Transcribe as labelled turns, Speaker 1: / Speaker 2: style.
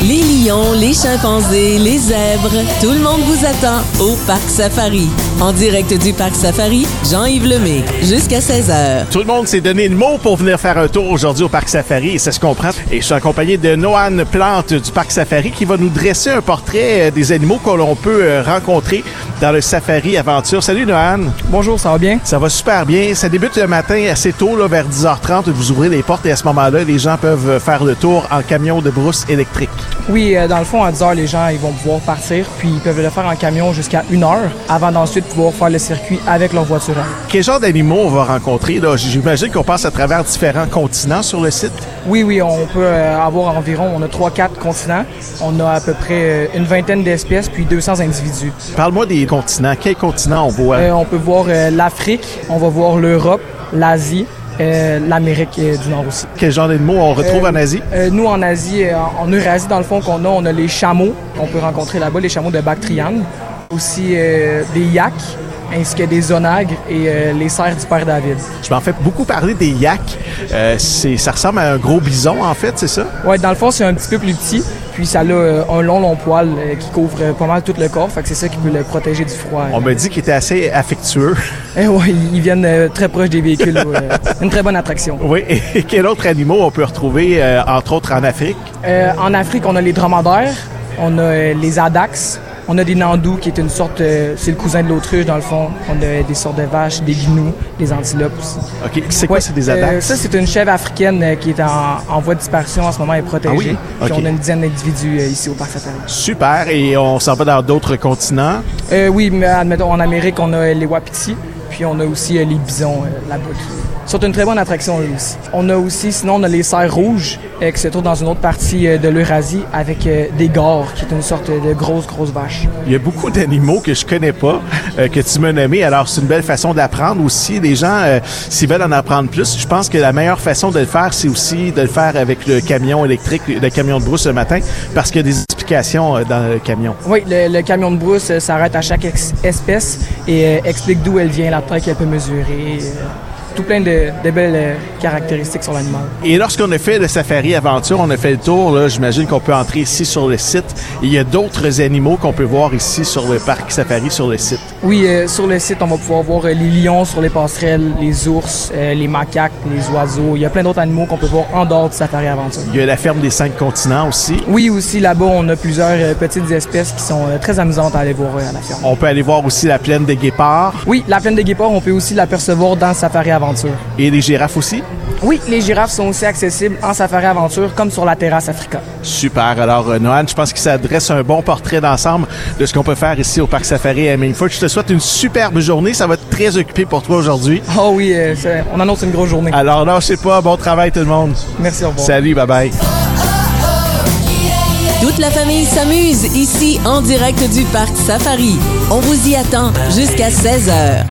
Speaker 1: lions, les chimpanzés, les zèbres, tout le monde vous attend au Parc Safari. En direct du Parc Safari, Jean-Yves Lemay, jusqu'à 16h.
Speaker 2: Tout le monde s'est donné le mot pour venir faire un tour aujourd'hui au Parc Safari, et ça se comprend. Et je suis accompagné de Noan Plante du Parc Safari qui va nous dresser un portrait euh, des animaux que l'on peut euh, rencontrer dans le Safari Aventure. Salut Noan!
Speaker 3: Bonjour, ça va bien?
Speaker 2: Ça va super bien. Ça débute le matin assez tôt, là, vers 10h30. Vous ouvrez les portes et à ce moment-là, les gens peuvent euh, faire le tour en camion de brousse électrique.
Speaker 3: Oui, euh, dans le fond, à 10 heures, les gens ils vont pouvoir partir, puis ils peuvent le faire en camion jusqu'à 1 heure avant d'ensuite pouvoir faire le circuit avec leur voiture.
Speaker 2: Quel genre d'animaux on va rencontrer? là? J'imagine qu'on passe à travers différents continents sur le site.
Speaker 3: Oui, oui, on peut euh, avoir environ, on a 3-4 continents, on a à peu près euh, une vingtaine d'espèces, puis 200 individus.
Speaker 2: Parle-moi des continents. Quel continent on voit?
Speaker 3: Euh, on peut voir euh, l'Afrique, on va voir l'Europe, l'Asie, euh, l'Amérique euh, du Nord aussi.
Speaker 2: Quel genre d'animaux on retrouve
Speaker 3: Euh,
Speaker 2: en Asie?
Speaker 3: euh, nous, en Asie, euh, en Eurasie, dans le fond, qu'on a, on a les chameaux qu'on peut rencontrer là-bas, les chameaux de Bactriane, aussi euh, des yaks, ainsi que des onagres et euh, les cerfs du Père David.
Speaker 2: Je m'en fais beaucoup parler des yaks. Euh, c'est- ça ressemble à un gros bison, en fait, c'est ça?
Speaker 3: Ouais, dans le fond, c'est un petit peu plus petit, puis ça a euh, un long, long poil euh, qui couvre euh, pas mal tout le corps, fait que c'est ça qui peut le protéger du froid.
Speaker 2: On me dit qu'il était assez affectueux.
Speaker 3: Eh ouais, ils viennent euh, très proche des véhicules. ouais. Une très bonne attraction.
Speaker 2: Oui, et quel autre animal on peut retrouver, euh, entre autres, en Afrique?
Speaker 3: Euh, en Afrique, on a les dromadaires, on a euh, les adax, on a des nandous qui est une sorte, euh, c'est le cousin de l'autruche dans le fond. On a euh, des sortes de vaches, des gnous, des antilopes aussi.
Speaker 2: OK, c'est quoi,
Speaker 3: Ouais,
Speaker 2: c'est des
Speaker 3: euh,
Speaker 2: adax?
Speaker 3: ça, c'est une chèvre africaine euh, qui est en, en voie de disparition en ce moment et protégée.
Speaker 2: Ah oui?
Speaker 3: Puis
Speaker 2: Ok.
Speaker 3: on a une dizaine d'individus euh, ici au parc safari.
Speaker 2: Super, et on s'en va dans d'autres continents.
Speaker 3: Euh, oui, mais admettons, en Amérique, on a euh, les wapitis, puis on a aussi euh, les bisons euh, là-bas. qui sont une très bonne attraction, eux aussi. On a aussi, sinon, on a les cerfs rouges, euh, qui se trouvent dans une autre partie euh, de l'Eurasie, avec euh, des gores, qui est une sorte de grosse, grosse vache.
Speaker 2: Il y a beaucoup d'animaux que je connais pas, euh, que tu m'as nommé. Alors, c'est une belle façon d'apprendre aussi. Les gens, euh, s'ils veulent en apprendre plus, je pense que la meilleure façon de le faire, c'est aussi de le faire avec le camion électrique, le camion de brousse le matin, parce qu'il y a des explications euh, dans le camion.
Speaker 3: Oui, le, le camion de brousse euh, s'arrête à chaque ex- espèce et euh, explique d'où elle vient, la taille qu'elle peut mesurer, euh, tout plein de, de belles euh, caractéristiques sur l'animal.
Speaker 2: Et lorsqu'on a fait le Safari Aventure, on a fait le tour, là, j'imagine qu'on peut entrer ici sur le site. Il y a d'autres animaux qu'on peut voir ici sur le parc Safari, sur le site.
Speaker 3: Oui, euh, sur le site, on va pouvoir voir euh, les lions sur les passerelles, les ours, euh, les macaques, les oiseaux. Il y a plein d'autres animaux qu'on peut voir en dehors du Safari Aventure.
Speaker 2: Il y a la ferme des cinq continents aussi.
Speaker 3: Oui, aussi là-bas, on a plusieurs euh, petites espèces qui sont euh, très amusantes à aller voir euh, à la ferme.
Speaker 2: On peut aller voir aussi la plaine des guépards
Speaker 3: Oui, la plaine des guépards, on peut aussi l'apercevoir dans Safari Aventure.
Speaker 2: et les girafes aussi.
Speaker 3: Oui, les girafes sont aussi accessibles en Safari Aventure comme sur la terrasse Africa.
Speaker 2: Super. Alors, euh, Noan, je pense que ça dresse un bon portrait d'ensemble de ce qu'on peut faire ici au Parc Safari à Milford. Je te souhaite une superbe journée. Ça va être très occupé pour toi aujourd'hui.
Speaker 3: Oh oui, euh, c'est- on annonce une grosse journée.
Speaker 2: Alors, là, je sais pas. Bon travail, tout le monde.
Speaker 3: Merci, au revoir.
Speaker 2: Salut, bye-bye.
Speaker 1: Toute la famille s'amuse ici en direct du Parc Safari. On vous y attend jusqu'à 16h.